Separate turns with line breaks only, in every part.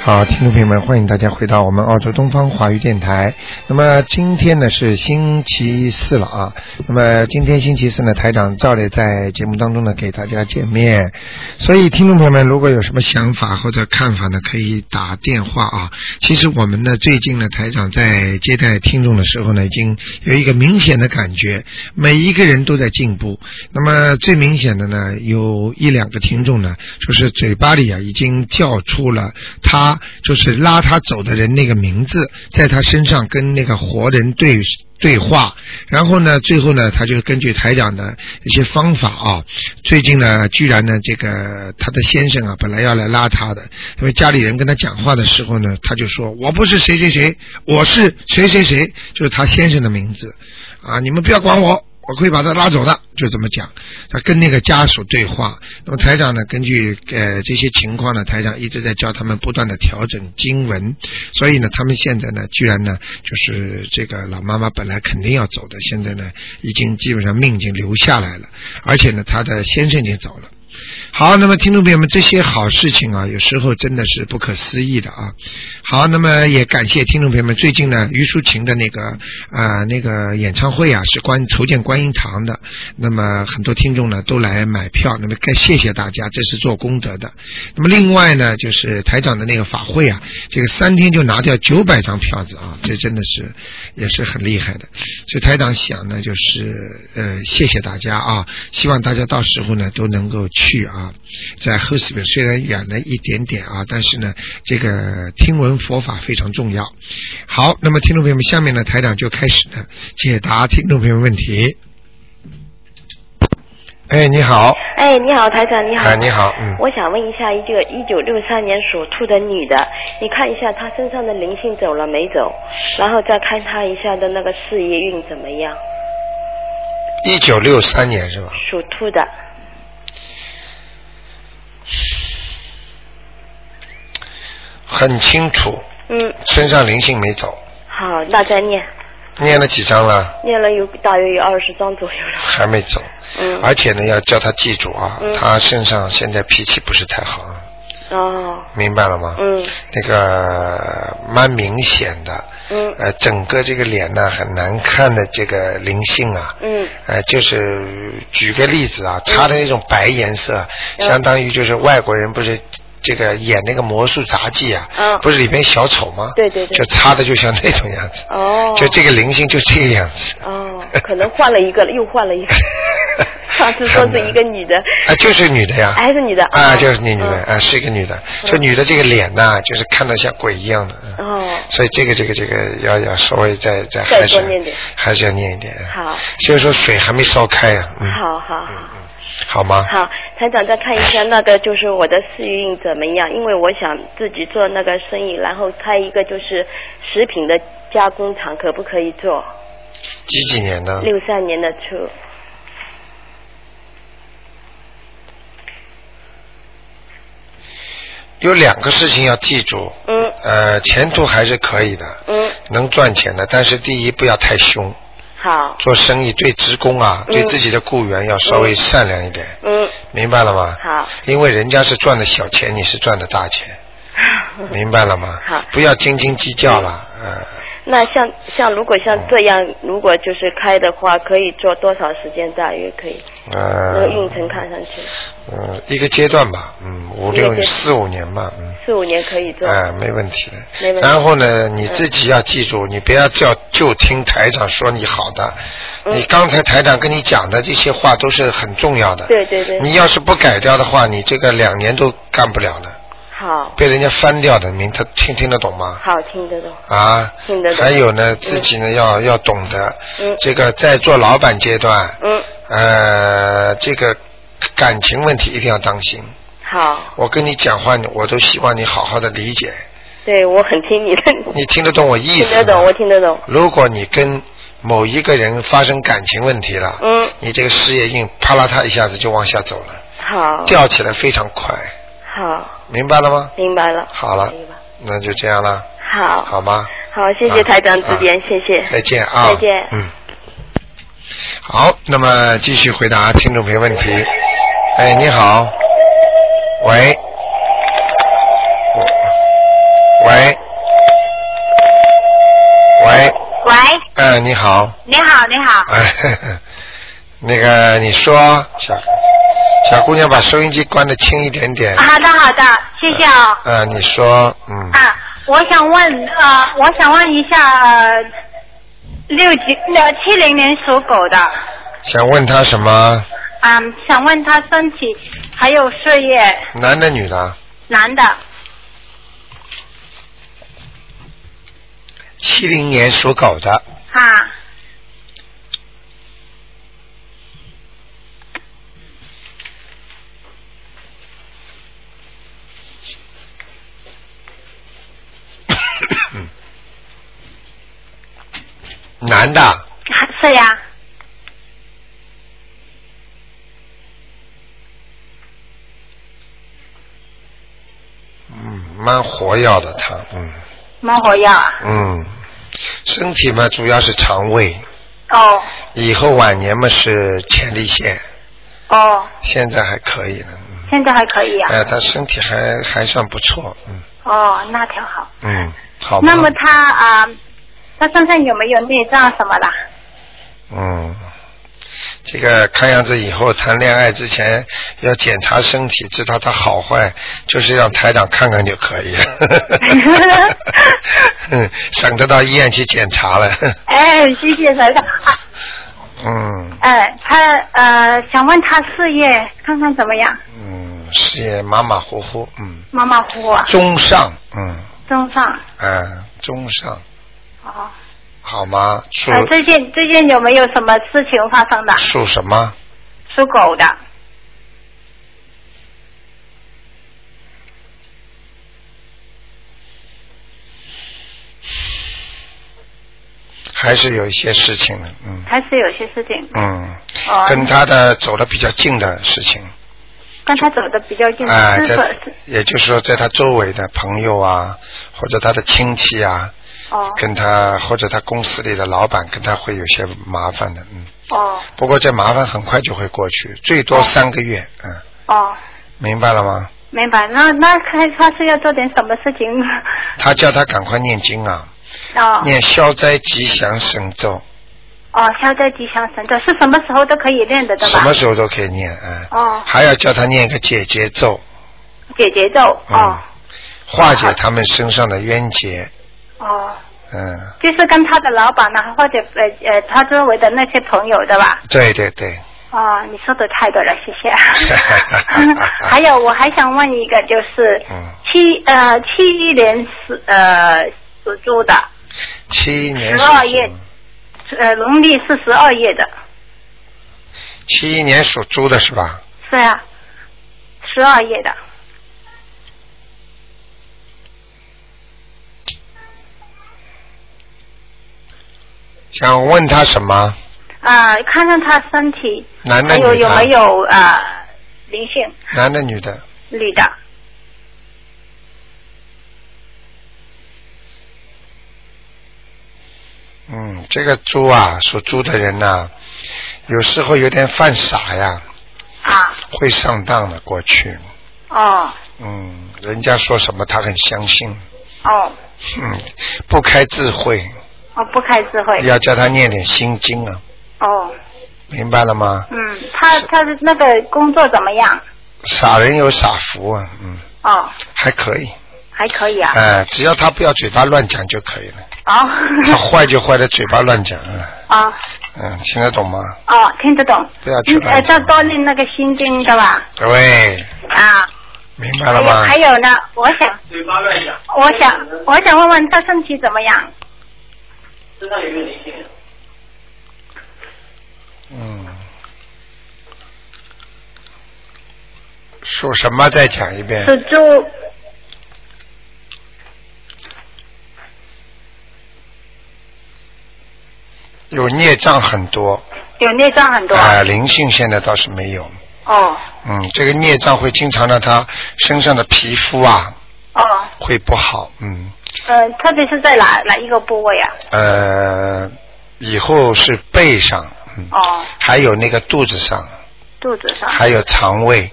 好，听众朋友们，欢迎大家回到我们澳洲东方华语电台。那么今天呢是星期四了啊。那么今天星期四呢，台长照例在节目当中呢给大家见面。所以听众朋友们，如果有什么想法或者看法呢，可以打电话啊。其实我们呢最近呢，台长在接待听众的时候呢，已经有一个明显的感觉，每一个人都在进步。那么最明显的呢，有一两个听众呢，就是嘴巴里啊已经叫出了他就是拉他走的人那个名字，在他身上跟那个活人对对话，然后呢，最后呢，他就根据台长的一些方法啊，最近呢，居然呢，这个他的先生啊，本来要来拉他的，因为家里人跟他讲话的时候呢，他就说我不是谁谁谁，我是谁谁谁，就是他先生的名字啊，你们不要管我，我会把他拉走的，就这么讲。他跟那个家属对话，那么台长呢，根据呃这些情况呢，台长一直在教他们不断的调整经文，所以呢，他们现在呢，居然呢，就是这个老妈妈本来肯定要走的，现在呢，已经基本上命已经留下来了，而且呢，她的先生已经走了。好，那么听众朋友们，这些好事情啊，有时候真的是不可思议的啊。好，那么也感谢听众朋友们，最近呢，于淑琴的那个啊、呃那个演唱会啊，是观筹建观音堂的，那么很多听众呢都来买票，那么该谢谢大家，这是做功德的。那么另外呢，就是台长的那个法会啊，这个三天就拿掉九百张票子啊，这真的是也是很厉害的。所以台长想呢，就是呃，谢谢大家啊，希望大家到时候呢都能够去啊，在 h o s p i 虽然远了一点点啊，但是呢，这个听闻佛法非常重要。好，那么听众朋友们，下面呢，台长就开始呢解答听众朋友们问题。哎，你好，
哎，你好，台长，你好。
哎，你好，嗯，
我想问一下，一个一九六三年属兔的女的，你看一下她身上的灵性走了没走，然后再看她一下的那个事业运怎么样。
一九六三年是吧？
属兔的，
很清楚，
嗯，
身上灵性没走，
好，那再念，
念了几张了，
念了有大约有二十张左右了。
还没走，
嗯，
而且呢，要叫他记住啊，
嗯
他身上现在脾气不是太好，啊，
哦，
明白了吗？
嗯
那个蛮明显的，
嗯
呃，整个这个脸呢很难看的这个灵性啊，
嗯
呃，就是举个例子啊，擦的那种白颜色，啊
嗯
相当于就是外国人不是这个演那个魔术杂技啊，
嗯
不是里边小丑吗？
对对对
就擦的就像那种样子，
哦，
就这个灵性就这个样子。
哦，可能换了一个了，又换了 一个。上次说是一个女的，
啊，就是女的呀。
还是女的？
啊，
哦
就是那女的，
嗯
啊，是一个女的，就女的这个脸呐，就是看得像鬼一样的，嗯
哦，
所以这个这个这个要要稍微再再
再
还是
多念点
还是要念一点，嗯
好，
就是说水还没烧开呀、嗯，
好好好。
好吗？
好，台长再看一下那个就是我的事业运怎么样？因为我想自己做那个生意，然后开一个就是食品的加工厂，可不可以做？
几几年呢？
六三年的兔，
有两个事情要记住，
嗯
呃，前途还是可以的，
嗯，
能赚钱的，但是第一不要太凶，
好，
做生意对职工啊，
嗯
对自己的雇员要稍微善良一点，
嗯，
明白了吗？
好，
因为人家是赚的小钱，你是赚的大钱，明白了吗
嗯好？嗯
不要斤斤计较了，呃，
那像像如果像这样，如果就是开的话，可以做多少时间大约可以？那
呃
个，运程看上去
嗯，一个阶段吧，嗯，五
一个
六
阶段
四五年吧，嗯，
四五年可以做，
哎，没问题的。
没问题
然后呢，你自己要记住，你不要叫就听台长说你好的，
嗯
你刚才台长跟你讲的这些话都是很重要的。
对对对
你要是不改掉的话，你这个两年都干不了了，
好，
被人家翻掉的，明他听听得懂吗？
好听得懂，
啊
听得，懂
还有呢，自己呢要要懂得，
嗯
这个在做老板阶段，
嗯，
呃，这个感情问题一定要当心。
好，
我跟你讲话，我都希望你好好的理解。
对我很听你的，
你听得懂我意
听
思
得
吗？
懂，我听得懂，
如果你跟某一个人发生感情问题了，
嗯，
你这个事业运啪啦嗒一下子就往下走了，
好，
掉起来非常快，
好，
明白了吗？
明白了，
好了
明白了，
那就这样了，
好，
好吗？
好，谢谢
啊
台长指点
啊，
谢谢，
再见啊！
嗯再见
嗯。好，那么继续回答听众朋友问题。哎，你好，喂，喂，喂，
喂，
嗯、你好，
你好，你好，
哎，呵呵 那个你说，小小姑娘把收音机关的轻一点点。
好的啊好的，谢谢啊、哦。
呃，你说，嗯，
啊，我想问呃，我想问一下呃，六几呃七零年属狗的，
想问她什么？
嗯、想问他身体还有事业，
男的女的？
男的，啊
七零年属狗的，
啊，
嗯男的，
是呀，
嗯，蛮活跃的他，嗯
猫火药啊，
嗯，身体嘛主要是肠胃，
哦
以后晚年嘛是前列腺，
哦，
现在还可以了，嗯，
现在还可以啊，
哎，他身体还还算不错，嗯
哦，那挺好。
嗯，好吧。
那么他啊、他身上有没有内脏什么的？
嗯，这个看样子以后谈恋爱之前要检查身体，知道它好坏，就是让台长看看就可 以了。嗯，省得到医院去检查了。
哎，谢谢台长。啊
嗯
哎，他呃，想问他事业看看怎么样？
嗯，事业马马虎虎，嗯，
马马虎虎啊，
中上，嗯，
中上。
啊，中上，
哦，
好吗？属
呃，最近最近有没有什么事情发生的？
属什么？
属狗的，
还是有一些事情的，嗯
还是有些事情
嗯，
哦，
跟他的走的比较近的事情。
跟他走的比较近，
哎，
是否
在
是
也就是说，在他周围的朋友啊，或者他的亲戚啊，
哦
跟他或者他公司里的老板跟他会有些麻烦的，嗯。
哦
不过这麻烦很快就会过去，最多三个月，嗯，
哦，
明白了吗？
明白。那那看他是要做点什么事情？
他叫他赶快念经啊，
哦
念消灾吉祥神咒，
哦，消灾吉祥神咒是什么时候都可以练的，对吧？
什么时候都可以念，嗯。
哦
还要叫他念个解结咒，
解结咒。
嗯
哦、，
化解他们身上的冤结，
哦，
嗯，
就是跟他的老板呢，或者呃呃他周围的那些朋友，对吧？
对对对，
哦，你说的太对了，谢 谢。还有，我还想问一个，就是
嗯，
七呃七一年是呃属猪的，
七一年属
12月呃农历是十二月的，
七一年属猪的是吧？
是啊，十二月的。
想问他什么？
啊、看看他身体，
男的
还有
女的
有没有啊、灵性，
男的女的？
女的，
嗯，这个猪啊，属猪的人呐、有时候有点犯傻呀，
啊，
会上当的。过去，
哦
嗯，人家说什么他很相信，
哦，
嗯，不开智慧，
我不开智慧，
要叫他念点心经啊，
哦，
明白了吗？
嗯，他他的那个工作怎么样？
傻人有傻福啊，嗯，
哦，
还可以，
还可以啊，
哎、只要他不要嘴巴乱讲就可以了。
哦，
他坏就坏在嘴巴乱讲，嗯
哦
嗯，听得懂吗？
哦，听得懂，
不要去
嗯，呃，
乱
再
讲。
多练那个心经的吧，
各位，
啊，
明白
还
了
有
吗
还？有呢，我想，
嘴巴乱讲，
我想，我想问问他身体怎么样？
身上有没有灵性？
嗯，属什么？再讲一遍。
属猪，
有孽障很多，
有内脏很多啊，
啊、灵性现在倒是没有。
哦
嗯，这个孽障会经常让他身上的皮肤啊
哦。
会不好。嗯，
呃，特别是在哪哪一个部位啊？
呃，以后是背上，嗯，
哦，
还有那个肚子上，
肚子上、
还有肠胃，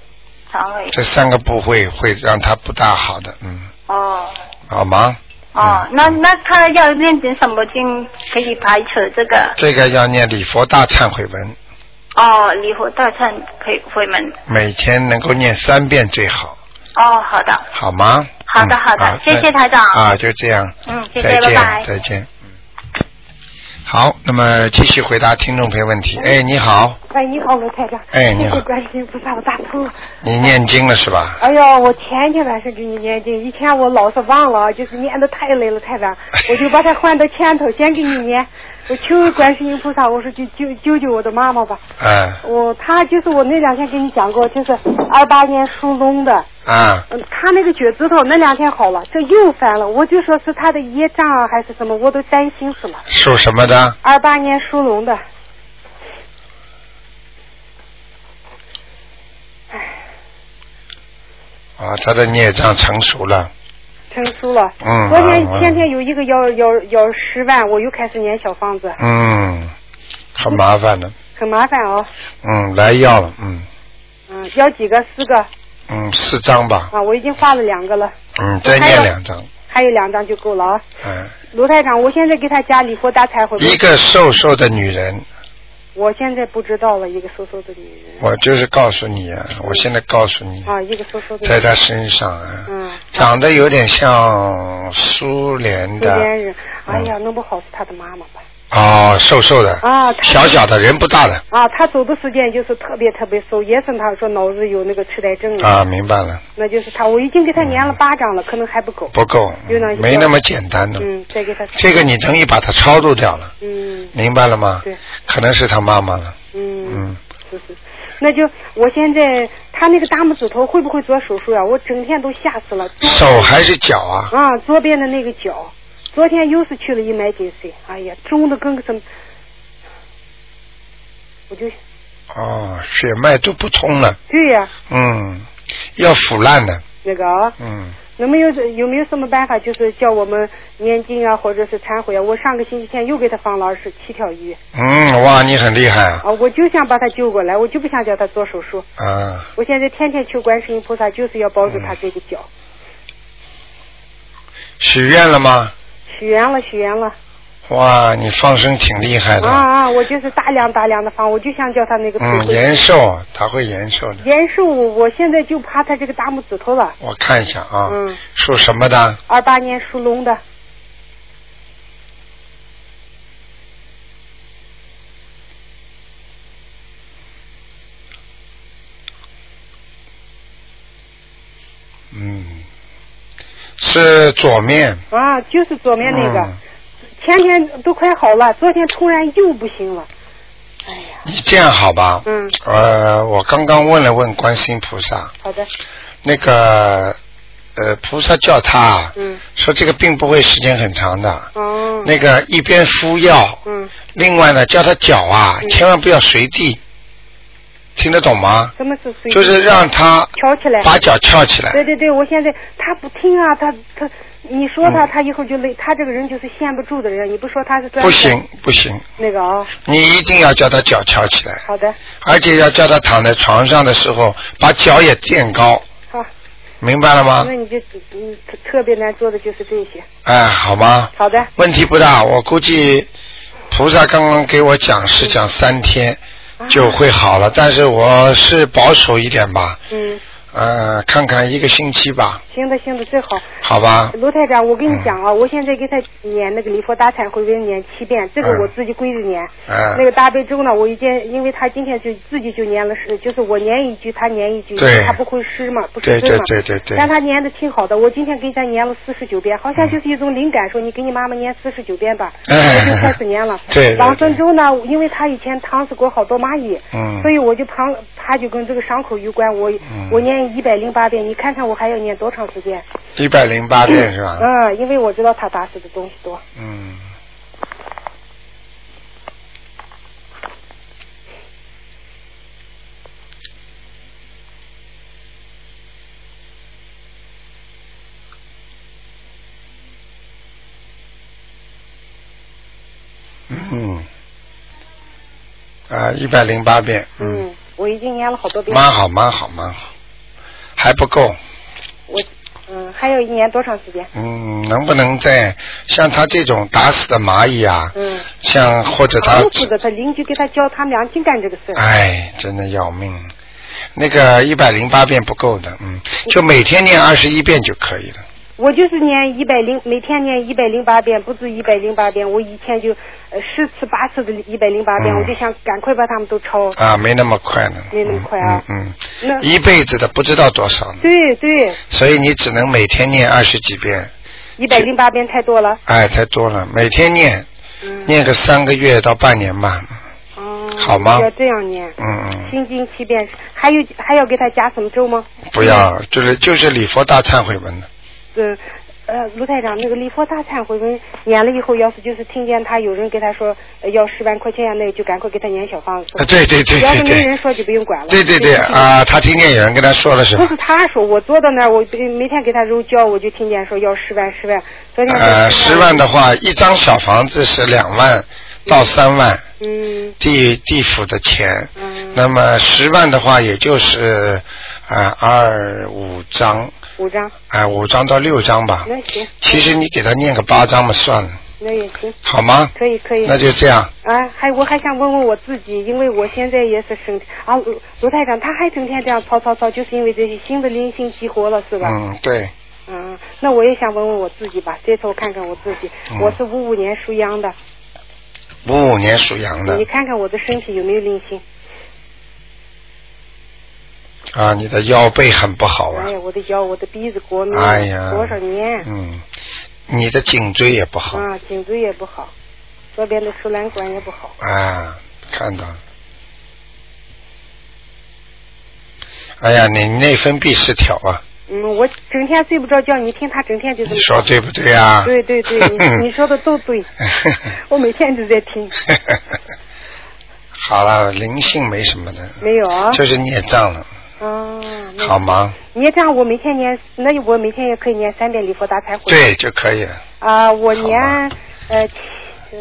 肠胃。
这三个部位会让他不大好的，嗯，
哦
好吗？嗯
哦，那那他要念点什么经可以排除这个？
这个要念礼佛大忏悔文，
哦，离火大忏可以回门。
每天能够念三遍最好，
哦，好的，
好吗？
好的
嗯
好的
啊
谢谢
那
台长
啊，就这样，
嗯，谢
再
谢，
见，
拜拜。
再见。嗯，好，那么继续回答听众朋友问
嗯
题。哎，你好，
哎，你好，卢台长。
哎你好
谢谢关心菩萨，我打通了。
你念经了是吧？
哎呀，我前天晚上给你念经，以前我老是忘了，就是念的太累了，太 晚，我就把它换到前头，先给你念。我求观世音菩萨，我说就救救救我的妈妈吧。
嗯
我她就是我那两天跟你讲过，就是二八年属龙的，
啊，
嗯，她那个脚趾头那两天好了，这又犯了，我就说是她的业障啊还是什么，我都担心死了。
属什么的？
二八年属龙的。
啊，他的孽障成熟了。
成熟了。
嗯
昨天
嗯嗯
前天有一个要要要十万，我又开始念小房子，
嗯，很麻烦的，
很麻烦哦。
嗯，来要了，嗯
嗯，要几个？四个
嗯，四张吧，
啊！我已经画了两个了，
嗯，再
还
念
有
两张，
还有两张就够了啊。
嗯，
卢台长，我现在给他家里佛大财会不会
一个瘦瘦的女人，
我现在不知道了，一个瘦瘦的女人
我就是告诉你啊，我现在告诉你，
啊，一个瘦瘦的女
在
人。
她身上啊，
嗯，
长得有点像苏联
中
的
间人，
嗯
哎呀，弄不好是他的妈妈吧？
哦，瘦瘦的，
啊，他
小小的人不大的
啊，他走的时间就是特别特别瘦，医生他说脑子有那个痴呆症了，
啊，明白了，
那就是他。我已经给他念了八张了，可能还不够。
不够，
有点
嗯没那么简单的，
嗯，再给他。
这个你等于把它超度掉了，
嗯
明白了吗？
对，
可能是她妈妈了，
嗯，
嗯，
是是。那就我现在他那个大拇指头会不会做手术呀、我整天都吓死了。左
手还是脚啊？
啊，左边的那个脚，昨天又是去了 emergency，哎呀，肿的跟个什么，我就
哦，血脉都不通了，
对呀、
嗯，要腐烂了，
那个啊，
嗯，
有没有有没有什么办法，就是叫我们念经啊，或者是忏悔啊？我上个星期天又给他放了二十七条鱼
嗯，哇，你很厉害啊，
啊，我就想把他救过来，我就不想叫他做手术。
啊，
我现在天天求观世音菩萨，就是要保住他这个脚。
许愿了吗？
许愿了，许愿了。
哇，你放生挺厉害的，
啊啊！我就是大量大量的放，我就想叫他那个
哎嗯，延寿，他会延寿的，
延寿，我现在就怕他这个大拇指头了。
我看一下啊，
嗯
属什么的？
二八年属龙的，
嗯，是左面，
啊，就是左面那个，
嗯
前天都快好了，昨天突然又不行了。哎呀，
你这样好吧？
嗯，
呃，我刚刚问了问观世音菩萨，
好的，
那个呃，菩萨叫他啊
嗯，
说这个病不会时间很长的，
哦，
那个一边敷药，
嗯，
另外呢，叫他脚啊，
嗯
千万不要随地，听得懂吗？
什么是随意
就是让他
翘起来。
把脚翘起
对
来，
对对，我现在他不听啊，他他，你说他，
嗯
他以后就累。他这个人就是陷不住的人，你不说他是专
不行不行，
那个啊、
你一定要叫他脚翘起来，
好的，
而且要叫他躺在床上的时候，把脚也垫高，
好。
明白了吗
那？你就嗯特特别难做的就是这些。
哎，好吗？
好的，
问题不大，我估计菩萨刚刚给我讲是讲三天就会好了，但是我是保守一点吧，
嗯，
呃，看看一个星期吧，
行的行的，最好。
好嗯吧？
卢台长，我跟你讲啊，我现在给他念那个礼佛大忏悔文念七遍，这个
嗯
我自己跪着念。
嗯
那个大悲咒呢，我已经因为他今天就自己就念了十，就是我念一句，他念一句，
对
他不会诗嘛，不是
对
诗嘛。
对对对嗯对
但，他念的挺好的，我今天给他念了四十九遍，好像就是一种灵感，说你给你妈妈念四十九遍吧，
哎
我就开始念了。
对对对
往生咒呢，因为他以前搪死过好多蚂蚁，
嗯
所以我就旁他就跟这个伤口有关，我、我念一百零八遍，你看看我还要念多长时间？
一百零八遍是吧？
嗯，因为我知道他打死的东西多。
嗯。嗯，啊，一百零八遍，嗯，
嗯嗯，我已经念了好多遍。
蛮好，蛮好，蛮好。还不够。
我嗯，还有一年多长时间？
嗯，能不能再像他这种打死的蚂蚁啊？
嗯，
像或者他
我，不得他邻居给他教他们俩净干这个事 儿。
哎，真的要命。那个一百零八遍不够的，嗯，就每天念二十一遍就可以了。
我就是念一百零，每天念一百零八遍，不止一百零八遍。我以前就呃十次八次的一百零八遍，
嗯
我就想赶快把他们都抄。
啊，没那么快呢。
没那么快啊
嗯嗯
那
嗯，一辈子的不知道多少呢，
对对，
所以你只能每天念二十几遍，
一百零八遍太多了。
哎，太多了，每天念，
嗯。
念个三个月到半年吧。
哦
好吗
要这样念。
嗯嗯，
心经七遍，还有还要给他加什么咒吗？
不要，就是就是礼佛大忏悔文了。
嗯，呃，卢台长，那个礼佛大忏悔文念了以后，要是就是听见他有人给他说、呃要十万块钱呀，那就赶快给他念小房子。
啊，对对对
只要
对
是没
对，
人说就不用管了。
对对对
这个事情
啊，他听见有人跟他说了是
不
吧？
是他说，我坐到那儿，我呃每天给他揉脚，我就听见说要十万十万。昨天
呃，
说
十万的话，一张小房子是两万到三万
嗯
地地府的钱，
嗯，
那么十万的话，也就是啊二五张，
五张，
啊五张到六张吧。
那行，
其实你给他念个八张嘛，算了，
那也行，
好吗？
可以可以。
那就这样，
啊，还我还想问问我自己，因为我现在也是生啊，卢卢台长他还整天这样吵吵吵，就是因为这些新的灵性激活了，是吧？
嗯，对，
嗯那我也想问问我自己吧，这次我看看我自己，
嗯
我是五五年属羊的，
五五年属羊的
你看看我的身体有没有灵性？
啊，你的腰背很不好啊
哎，呀，我的腰，我的鼻子过敏，
哎呀，
多少年？
嗯，你的颈椎也不好
啊，颈椎也不好，左边的输卵管也不好。
啊，看到了。哎呀，你内分泌失调啊，
嗯，我整天睡不着觉，你听他整天就这
你
么
说对不对啊？
对对对， 你你说的都对， 我每天都在听，
好了，灵性没什么的，
没有啊？
就是孽障了，
啊，那
好吗？
你这样，我每天念，那我每天也可以念三遍礼佛大忏悔。。
对就可以了。
啊、我念
好
呃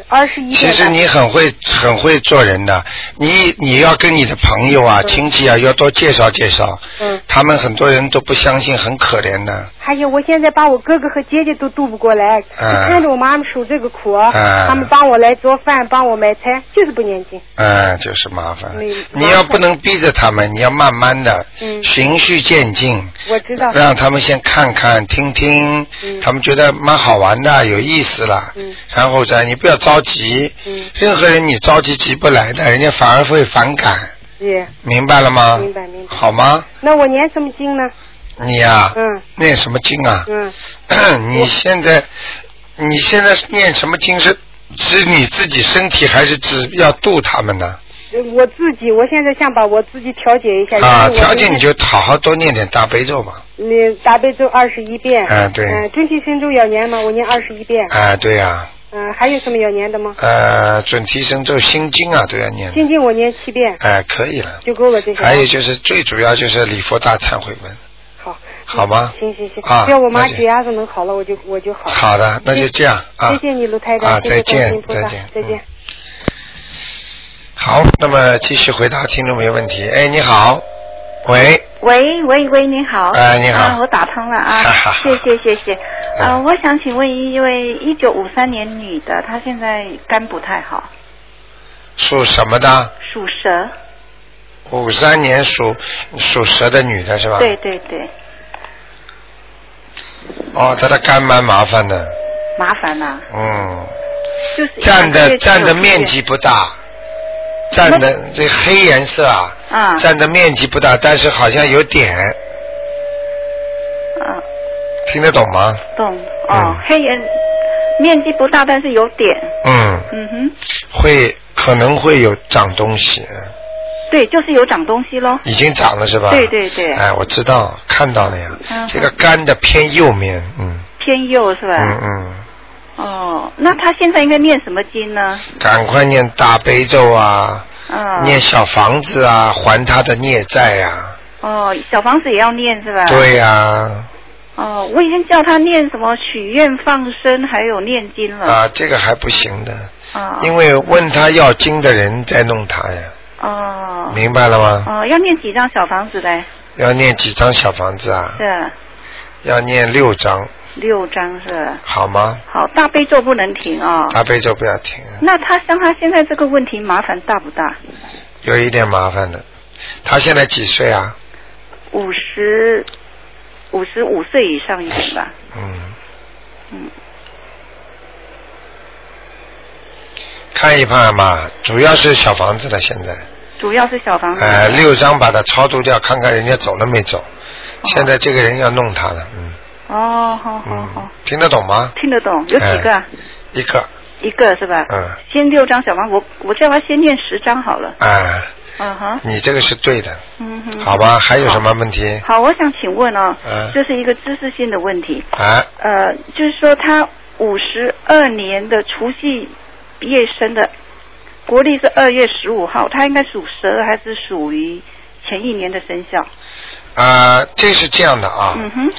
二十一
其
遍吧。
实你很会很会做人的，你你要跟你的朋友啊、亲戚啊要多介绍介绍，
嗯，
他们很多人都不相信，很可怜的。
还有我现在把我哥哥和姐姐都渡不过来，
啊
看着我妈妈受这个苦啊，
啊
他们帮我来做饭，帮我买菜，就是不念经。
嗯，就是麻烦
没。
你要不能逼着他们，你要慢慢的，
嗯
循序渐进，
我知道。
让他们先看看、听听，
嗯
他们觉得蛮好玩的、有意思了，
嗯
然后再你不要着急，
嗯
任何人你着急急不来的，人家反而会反感，
对，
明白了吗？
明白明白
好吗？
那我念什么经呢？
你呀、
嗯
念什么经啊？
嗯，
你现在你现在念什么经是指你自己身体，还是指要度他们呢？
我自己，我现在想把我自己调节一下。
啊，
因为我
条件
现
你就好好多念点大悲咒嘛。
你大悲咒二十一遍。
啊对
嗯、真心神咒要念吗？我念二十一遍。
啊，对呀、
嗯、还有什么要念的吗？
呃，准提神咒、心经啊都要念的。
心经我念七遍
哎、可以了。
就够了，这些。
还有就是最主要就是礼佛大忏悔文，
好，嗯
好吗？
行行行，
啊
只要我妈
那就
血压是能好了，我就我就好。
好的，那就这样啊。
哦谢谢你，卢台长，
啊，
谢谢
再
观世
见
音，菩
再
萨，
见，
再见
嗯。好，那么继续回答听众没问题。哎，你好，喂，
喂喂喂，你好。
哎你好，
啊，我打通了啊谢谢谢谢。啊、
嗯
我想请问一位一九五三年女的，她现在肝不太好，
属什么的？
属蛇。
五三年属属蛇的女的是吧？
对。对对，
哦，她的肝蛮麻烦的，
麻烦呐、
嗯，
就是
占
一个
的
月只有
占的
一个月
面积不大，占的这黑颜色啊，
啊
占的面积不大，但是好像有点，
啊，
听得懂吗？
懂哦，
嗯
黑人面积不大，但是有点，
嗯，
嗯哼，
会可能会有长东西，嗯
对，就是有长东西咯。
已经长了是吧？
对对对
哎，我知道，看到了呀。
嗯
这个肝的偏右面，嗯
偏右是吧？
嗯嗯，
哦，那她现在应该念什么经呢？
赶快念大悲咒啊，
啊，
念小房子啊，还他的孽债啊。
哦，小房子也要念是吧？
对啊呀、
哦，我已经叫他念什么许愿、放生，还有念经
啊，
了。
这个还不行的，
啊
因为问他要经的人在弄他呀，
哦
明白了吗？
嗯哦，要念几张小房子嘞？
要念几张小房子啊？
是
要念六张，
六张是。
好吗？
好，大悲咒不能停啊、
大悲咒不要啊停，
那他像他现在这个问题麻烦大不大？
有一点麻烦的。他现在几岁啊？
五十五十五岁以上一点吧。
嗯，
嗯，
看一看嘛，主要是小房子的现在，
主要是小房子。
呃，六张把它超度掉，看看人家走了没走。现在这个人要弄他了，嗯
哦，好好好
嗯，，听得懂吗？
听得懂。有几个啊？
一个，
一个是吧？
嗯，
先六张小房，我我叫他先念十张好了。
啊，
嗯哼，
你这个是对的，
嗯哼。
好吧？还有什么问题？
好，我想请问啊、
嗯
这是一个知识性的问题。
啊，
呃，就是说他五十二年的除夕毕业生的，国历是二月十五号，他应该属蛇还是属于前一年的生肖？
啊，这是这样的啊，
嗯哼，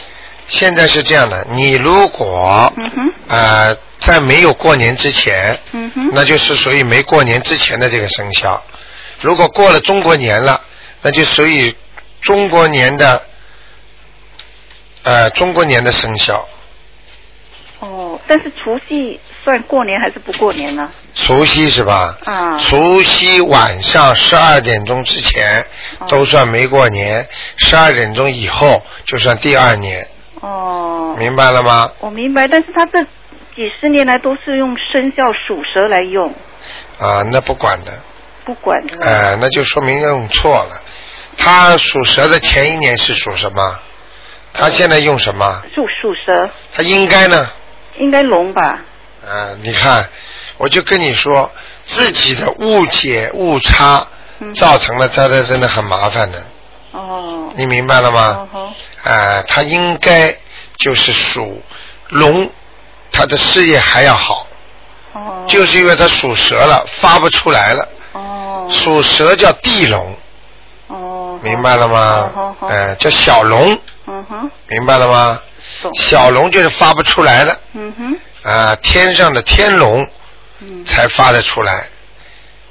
现在是这样的，你如果
嗯哼，
呃在没有过年之前，
嗯哼，
那就是属于没过年之前的这个生肖；如果过了中国年了，那就属于中国年的呃中国年的生肖。
哦，但是除夕算过年还是不过年呢？
除夕是吧？
啊，
除夕晚上十二点钟之前
哦
都算没过年，十二点钟以后就算第二年，
哦，
明白了吗？
我明白，但是他这几十年来都是用生肖属蛇来用，
啊，那不管的，
不管的。
呃，那就说明用错了。他属蛇的前一年是属什么？他现在用什么？
属属蛇，
他应该呢？
应该龙吧？
啊、你看，我就跟你说，自己的误解误差
嗯，
造成了他的真的很麻烦的，
哦，
你明白了
哦
吗？
吼，
啊、他应该就是属龙，他的事业还要好，
哦，
就是因为他属蛇了，发不出来了。
哦，
属蛇叫地龙，
哦，
明白了
好
吗？
好好，
哎、叫小龙，
嗯哼，
明白了吗？
懂，
小龙就是发不出来了，
嗯哼，
啊、天上的天龙
嗯，
才发得出来。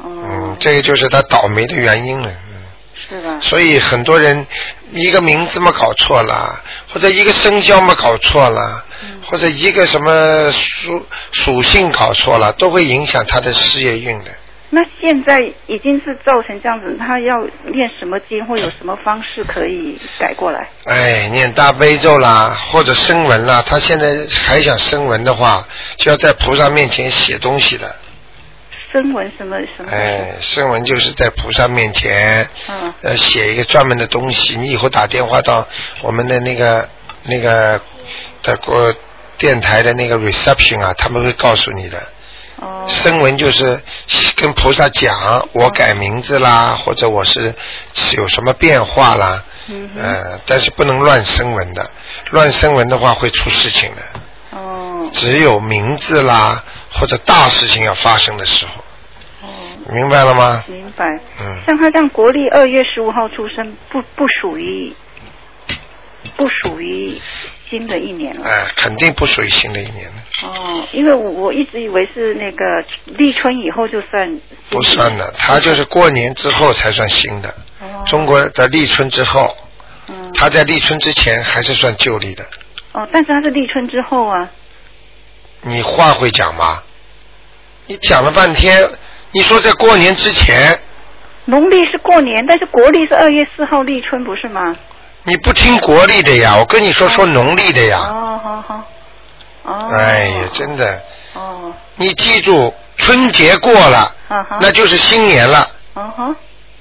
嗯
哦，，
这个就是他倒霉的原因了。嗯，
是吧？
所以很多人一个名字嘛搞错了，或者一个生肖嘛搞错了，或者一个什么属属性搞错了，都会影响他的事业运的。
那现在已经是造成这样子，他要练什么经，或有什么方式可以改过来？
哎，念大悲咒啦，或者声闻啦，他现在还想声闻的话，就要在菩萨面前写东西的。
声纹什么什么？
哎，声闻就是在菩萨面前，
嗯
呃，写一个专门的东西。你以后打电话到我们的那个那个的国电台的那个 reception 啊，他们会告诉你的。
哦，
声闻就是跟菩萨讲，我改名字啦，或者我是是有什么变化啦，
嗯哼，
呃，但是不能乱声闻的，乱声闻的话会出事情的。
哦
只有名字啦，或者大事情要发生的时候，
哦，
明白了吗？
明白。
嗯。
像他这样国历二月十五号出生，不不属于不属于新的一年了。
哎，肯定不属于新的一年的，
哦，因为我我一直以为是那个立春以后就算新的
不算的，它就是过年之后才算新的。
哦
中国的立春之后，
嗯
它在立春之前还是算旧历的。
哦，但是他是立春之后啊，
你话会讲吗？你讲了半天，你说在过年之前，
农历是过年，但是国历是二月四号立春，不是吗？
你不听国历的呀？我跟你说说农历的呀。
哦，好好。哦。
哎呀，真的，
哦，
你记住，春节过了，
啊哈。
那就是新年了；
啊哈。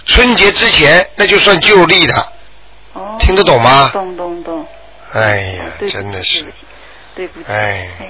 春节之前，那就算旧历的。
哦。
听得懂吗
懂懂懂。
哎呀
对，不起
真的是。。
对不起。
哎
哎。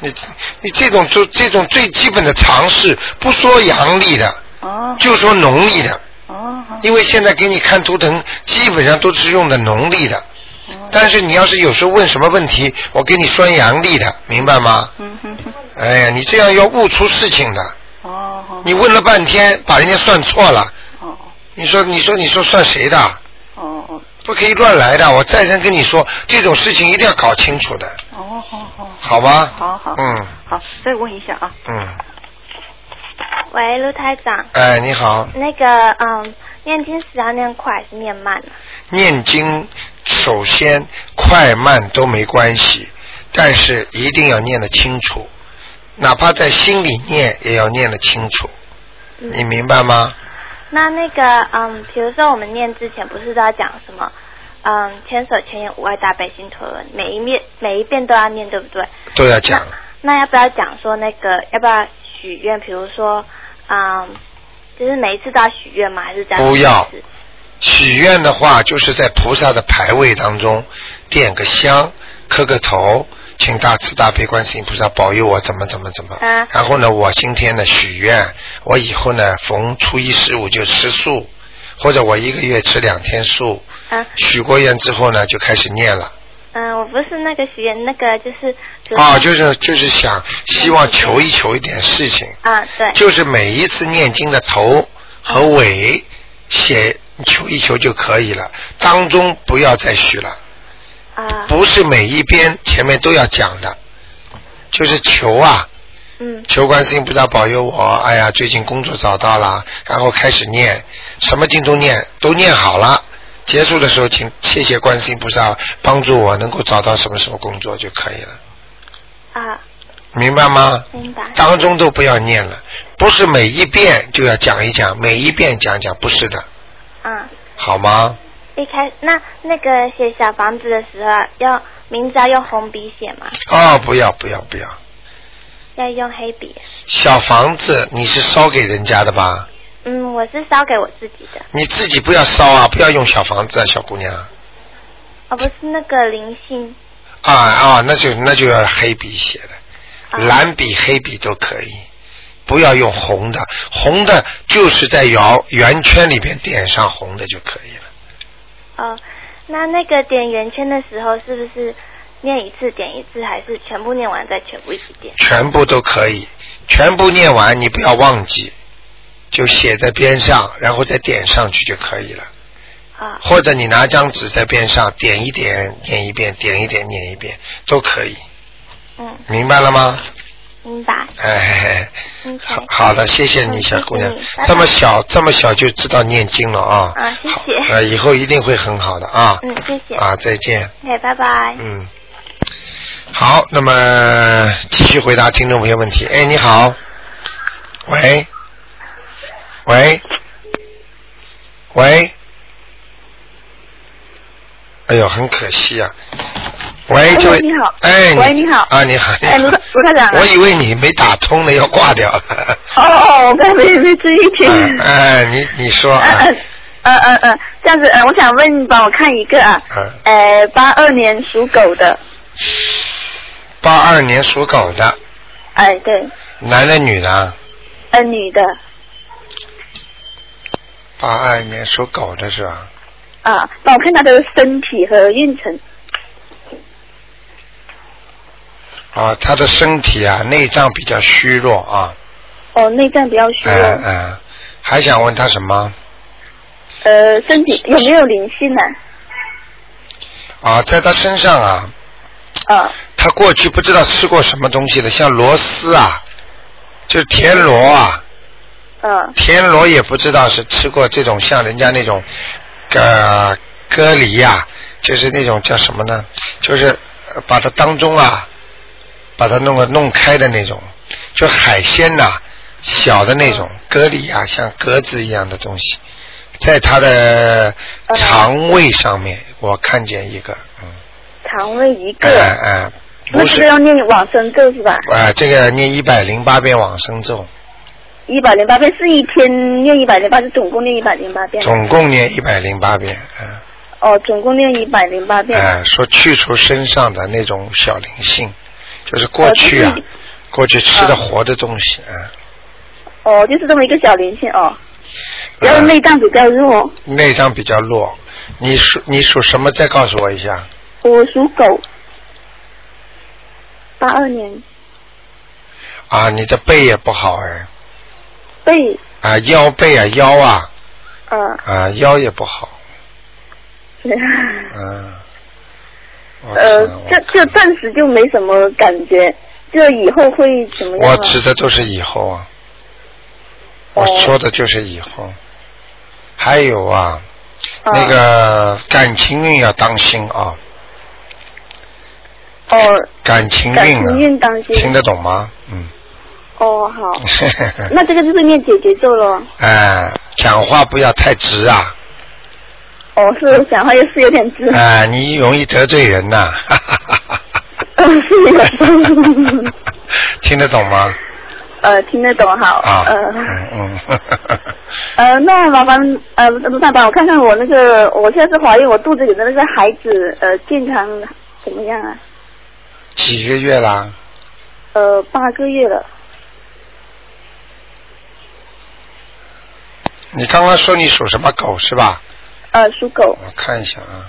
你你这种就这种最基本的常识，不说阳历的，
哦。
就说农历的，
哦。好
因为现在给你看图腾，基本上都是用的农历的。
哦
但是你要是有时候问什么问题，我给你说阳历的，明白吗？
嗯哼哼。
哎呀，你这样要悟出事情的。
哦。好
你问了半天，把人家算错了，
哦
你说你说你说算谁的？
哦哦
不可以乱来的。我再三跟你说，这种事情一定要搞清楚的，
哦好好。
好吧？
好好。
嗯
好，再问一下啊。
嗯，
喂，卢台长，
哎，你好，
那个嗯，念经是要念快还是念慢啊呢？
念经首先快慢都没关系，但是一定要念得清楚，哪怕在心里念也要念得清楚，
嗯
你明白吗？
那那个，嗯，比如说我们念之前不是都要讲什么，嗯，千手千眼无碍大悲心陀文，每一面每一遍都要念，对不对？
都要讲。
那要不要讲说那个要不要许愿？比如说，嗯，就是每一次都要许愿吗？还是这样？
不要许愿的话，就是在菩萨的牌位当中点个香，磕个头，请大慈大悲观世音菩萨保佑我怎么怎么怎么。
嗯
然后呢，我今天呢许愿，我以后呢逢初一十五就吃素，或者我一个月吃两天素。
嗯
许过愿之后呢，就开始念了。
嗯，我不是那个许愿，那个就是比如说
哦，就是就是想希望求一求一点事情。
啊，对，
就是每一次念经的头和尾写求一求就可以了，当中不要再许了，
啊，
不是每一边前面都要讲的，就是求啊，
嗯
求观世音菩萨保佑我，哎呀，最近工作找到了，然后开始念，什么经都念，都念好了。结束的时候，请谢谢观世音菩萨帮助我能够找到什么什么工作就可以了，
啊，
明白吗？
明白。
当中都不要念了，不是每一遍就要讲一讲，每一遍讲讲，不是的，
嗯，
好吗？
一开那那个写小房子的时候啊，要名字要用红笔写吗？
哦，不要不要不要，
要用黑笔？
小房子你是烧给人家的吧？
嗯，我是烧给我自己的，
你自己不要烧啊，不要用小房子啊，小姑娘
哦，不是那个灵性。
啊啊，那就那就要黑笔写的，
啊、
蓝笔黑笔都可以，不要用红的，红的就是在圆圆圈里边点上红的就可以了。
哦，那那个点圆圈的时候，是不是念一次点一次，还是全部念完再全部一起点？
全部都可以，全部念完你不要忘记，就写在边上，然后再点上去就可以了。
啊、
或者你拿张纸在边上点一点，念一遍，点一点，念一遍都可以，
嗯，
明白了吗？
明白。
哎，
嗯，
好好的，谢谢你，
嗯
小姑娘
谢谢你拜，拜
这么小这么小就知道念经了啊。
啊谢谢
好呃，以后一定会很好的啊。
嗯，谢谢。
啊，再见。
哎，拜拜。
嗯。好，那么继续回答听众朋友问题。哎，你好，喂，喂，喂，哎呦，很可惜啊。喂，这位，
你好
哎，
喂你好
啊，你好，
哎
你好
卢科卢科长啊
我以为你没打通呢，要挂掉了。
哦，我刚才没没注意听。
哎，你你 说啊，
嗯嗯嗯嗯，这样子，嗯，我想问，帮我看一个啊，
嗯
呃，八二年属狗的，
八二年属狗的，
哎，对，
男的女的啊？
呃，女的，
八二年属狗的是吧？
啊，帮我看她的身体和运程，
啊，他的身体啊，内脏比较虚弱啊，
哦，内脏比较虚
嗯
弱，
嗯、还想问他什么？
呃，身体有没有灵性呢、
啊，在他身上啊，
啊？
他过去不知道吃过什么东西的，像螺丝啊，就是田螺啊，
嗯
田螺也不知道是吃过这种像人家那种，呃，蛤蜊呀、就是那种叫什么呢？就是呃把它当中啊，把它弄个弄开的那种，就海鲜呐、小的那种
嗯
蛤蜊啊，像格子一样的东西，在它的
呃
肠胃上面，我看见一个，嗯，
肠胃一个，
哎哎，不
那这
是
个，要念往生咒是吧？
啊，这个念一百零八遍往生咒，
一百零八遍是一天念一百零八，是总共念一百零八遍。
总共念一百零八遍，嗯。
哦，总共念一百零八遍。
哎、说去除身上的那种小灵性，就是过去啊，
哦就是
过去吃的活的东西啊、
哦，就是这么一个小灵性哦，
嗯
然后内脏比较弱。
内脏比较弱。你属你属什么？再告诉我一下。
我属狗，八二年，
啊，你的背也不好哎，
背，
啊腰背啊腰啊
呃，
啊腰也不好，
呃，
嗯、我看我
就就
看
暂时就没什么感觉，就以后会怎么样
我
啊？
指的都是以后啊，
哦
我说的就是以后，还有啊，那个感情运要当心啊，
哦，
感情运
感
啊，
情运当心
听得懂吗？嗯，
哦，好，那这个就是念姐姐咒咯。
哎，讲话不要太直啊，
哦，是讲话也是有点直，
哎，你容易得罪人 呐、哈哈哈哈
呃是有点
听得懂吗？
呃，听得懂好，
啊，
呃
嗯嗯 呵呵呵呵，
呃，那麻烦呃卢太帮我看看我那个，我现在是怀孕，我肚子里的那个孩子呃健康怎么样啊？
几个月啦？
呃，八个月了，
你刚刚说你属什么狗是吧？
呃，属狗，
我看一下啊。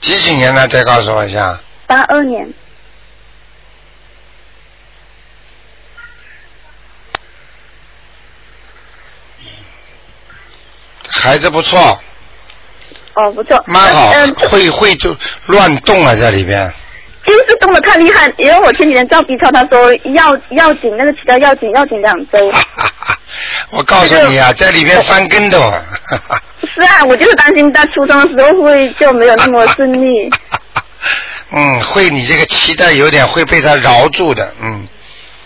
几几年呢？再告诉我一下。
八二年，
孩子不错，
哦，不错，
蛮好
嗯、，呃
会会就乱动啊，在里 边。
就是动的太厉害，因为我前几天照 B 超，他说要要紧，那个脐带要紧要紧两周。
啊我告诉你啊，在里边翻跟头啊。
是啊，我就是担心他出生的时候会就没有那么顺利。
嗯，会你这个脐带有点会被它饶住的，嗯，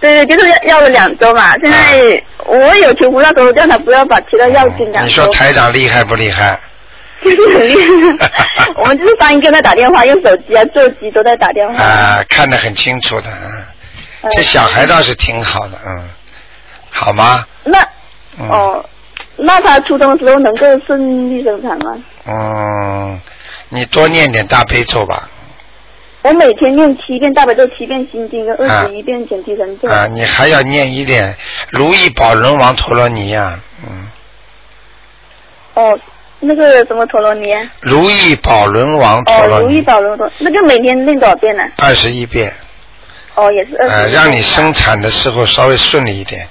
对对，就是要要了两周嘛。现在我有求菩萨说让他不要把脐带要紧两
嗯你
周
说，台长厉害不厉害？
就是很厉害。 我们就是三个在打电话，用手机啊、座机都在打电话。
啊，看得很清楚的，嗯
呃
这小孩倒是挺好的，嗯，好吗？
那、
嗯、
哦，那他出生的时候能够顺利生产吗？
嗯，你多念点大悲咒吧，
我每天念七遍大悲咒、七遍心经跟二十一遍准提神咒。
啊，你还要念一点如意宝轮王陀罗尼呀、嗯，
哦，那个什么陀罗尼啊？
如意宝轮王嗯陀
哦，
罗
如意
尼
宝轮陀，那个每天念多少遍呢、
二十一遍，
哦，也是二十。
呃，让你。生产的时候稍微顺利一点，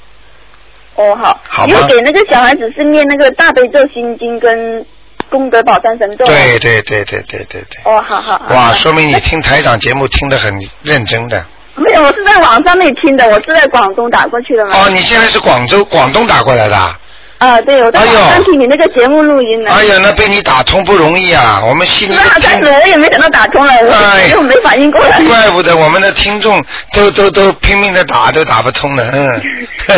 哦，好。
好
因为
吗
给那个小孩子是念那个大悲咒心经跟功德宝山神咒。啊
对。对对对对对对，
哦，好好好。
哇，
好
说明你听台长节目听得很认真的。
没有，我是在网上面听的，我是在广东打过去的嘛。
哦，你现在是广州广东打过来的啊？
啊，对，我在
哎
网
呦
上听你那个节目录音呢。
哎呀，那被你打通不容易啊！我们悉尼
嗯那
的
好开始
听，
我也没想到打通了，
哎
我又没反应过来。
怪不得我们的听众都都都拼命的打，都打不通的。嗯。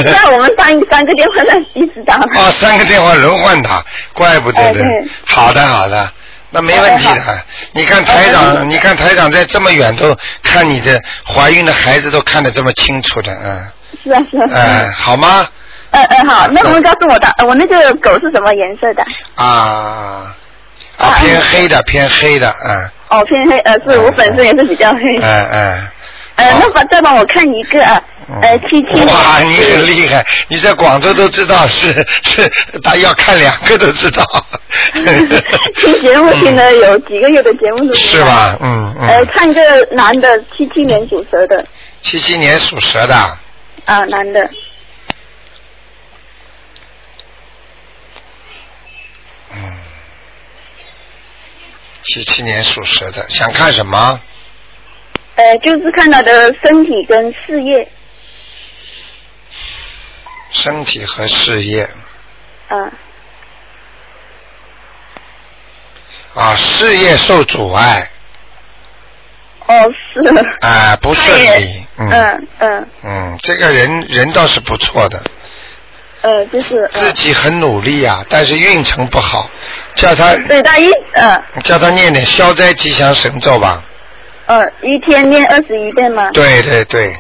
那我们三三个电话在一直打。
哦，三个电话轮换打，怪不得
哎
的
对。
好的，好的，那没问题
哎
的。你看台长，你看台长在这么远都看你的怀孕的孩子都看得这么清楚的， 嗯，
是啊是啊。是啊
哎，好吗？
呃呃，好，那我们告诉我的，呃我那个狗是什么颜色的？
啊啊，
啊
偏黑的，偏黑的，嗯
哦，偏黑，呃，是我本身也是比较黑。
嗯嗯。
呃，
好
那把再帮我看一个，啊，呃，七七年
嗯哦 哇，你很厉害！你在广州都知道是是，他要看两个都知 道。
听节目听了有几个月的节目都没
嗯
有
是？吧？嗯
呃，
嗯。
看一个男的，七七年属蛇的，
七七年属蛇的，
啊，男的，
嗯七七年属蛇的，想看什么？
呃，就是看他的身体跟事业，
身体和事业
啊，
啊，事业受阻碍
哦，是，
啊，不
他也
顺利。嗯
嗯嗯
嗯，这个人人倒是不错的，
呃，就是，
自
呃
己很努力啊，但是运程不好，叫他
对，他一，呃
叫他念点消灾吉祥神咒吧。
呃，一天念二十一遍吗？
对对对，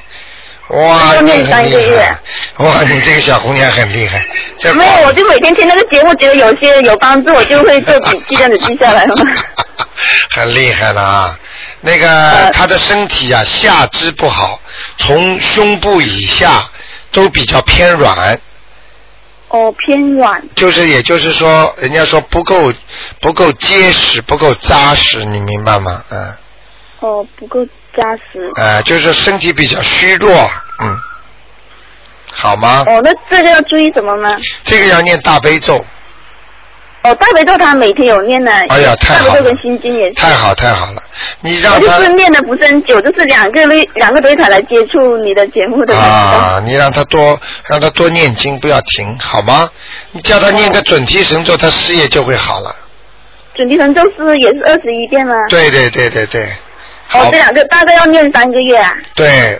哇，
多
你
念
很
三个
厉
月
害，哇，你这个小姑娘很厉害。这
没有，我就每天听那个节目，觉得有些有帮助，我就会做笔记，这样子记下来嘛。
很厉害了啊！那个、
呃
她的身体啊，下肢不好，从胸部以下都比较偏软，
哦，偏软。
就是也就是说，人家说不够不够结实，不够扎实，你明白吗？嗯，
哦，不够扎实。
呃，就是身体比较虚弱，嗯，好吗？
哦哦，那这个要注意什么吗？
这个要念大悲咒，
哦，大悲咒他每天有念呢。
哎呀，太好
大悲咒
了
跟心经也。，
太好太好了，你
我
让
就
他
是念的不是很久，就是两个月两个多月才来接触你的节目的。
啊，你让他多让他多念经，不要停，好吗？你叫他念个准提神咒，他事业就会好了。
啊准提神咒是也是二十一遍吗？。
对对对对对，
哦
好，
这，两个大概要念三个月啊。
对，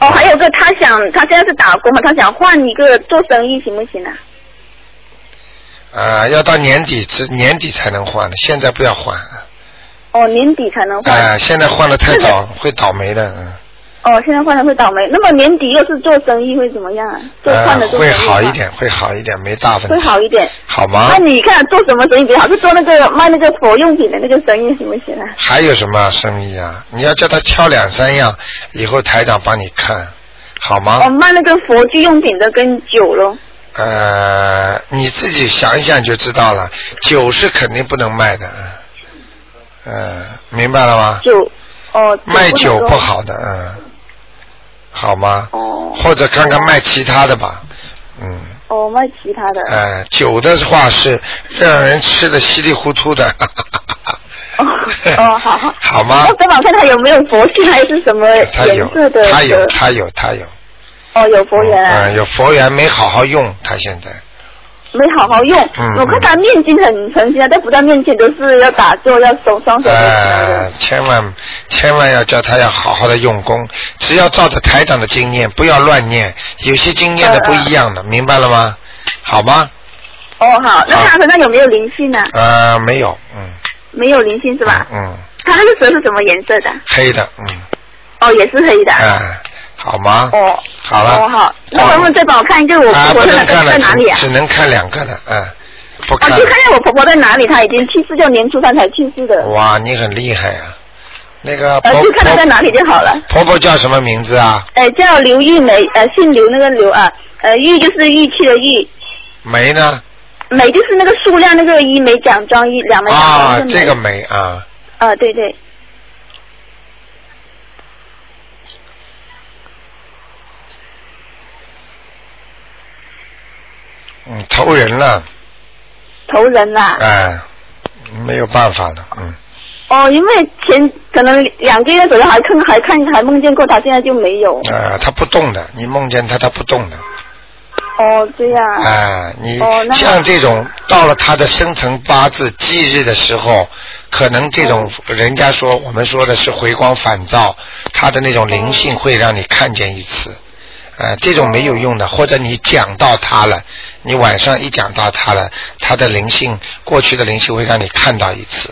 哦，还有个他想，他现在是打工嘛，他想换一个做生意，行不行啊？
啊，要到年底之年底才能换的，现在不要换啊、
哦，年底才能换。
现在换了太早会倒霉的，嗯，
哦，现在换了会倒霉。那么年底又是做生意会怎么样啊？做换了
呃，
做生
会
意、
好一，点，啊会好一点，没大问题，
会好一点。
好吗
那？你看做什么生意比较好？是做那个卖那个佛用品的那个生意行不行啊？
还有什么生意啊？你要叫他挑两三样，以后台长帮你看，好吗？
哦，卖那个佛具用品的跟酒咯。
呃，你自己想一想就知道了。酒是肯定不能卖的，呃，明白了吗？
酒，哦，
卖酒
不能
不
够。
好的，嗯，好吗？
哦
或者看看卖其他的吧，嗯，
哦，卖其他的。
呃，酒的话是让人吃的稀里糊涂的， 哈哈哈
哦
哈
哦，好好。
好吗
那？这宝看它有没有佛性，还是什么
啊他有
颜色的？，
他有，他有，他有。
哦，有佛缘啊。
嗯，有佛缘没好好用，他现在。
没好好用。
嗯
我看他念经很诚心啊，但不但念经都是要打坐，要手双手都起来
呃
的。，
千万千万要叫他要好好的用功，只要照着台长的经念，不要乱念，有些经念的不一样的，
呃
明白了吗？好吗？
哦，好，那他身上有没有灵性呢、
呃，没有，嗯，
没有灵性是吧？
嗯，
他那个蛇是什么颜色的？
黑的，嗯，
哦，也是黑的。
哎、好吗？
哦，
好了
哦好，那能不能再帮我看一个我
啊，
婆
不
婆的
能看
在
了，
哪里啊
只？只能看两个的，嗯，不
哦，
看
就
了。
看见我婆婆在哪里，她已经去世，就年初三才去世的。
哇，你很厉害啊！那个婆
呃，就看她
婆
在哪里就好了。
婆婆叫什么名字啊？
呃，叫刘玉梅，呃，姓刘那个刘啊，呃，玉就是玉器的玉，
梅呢？
梅就是那个数量那个一枚奖状一两枚奖状
啊，
那
这
梅
个梅啊，
啊，对对，
嗯，投人了，
投人啦、
哎、没有办法了，嗯。
哦，因为前可能两个月左右还看还看还梦见过他，现在就没有。
呃，他不动的，你梦见他，他不动的。
哦，这样。
哎、你
哦那
像这种到了他的生辰八字忌日的时候，可能这种
嗯
人家说我们说的是回光返照，他的那种灵性会让你看见一次。呃，这种没有用的，或者你讲到他了，你晚上一讲到他了，他的灵性过去的灵性会让你看到一次，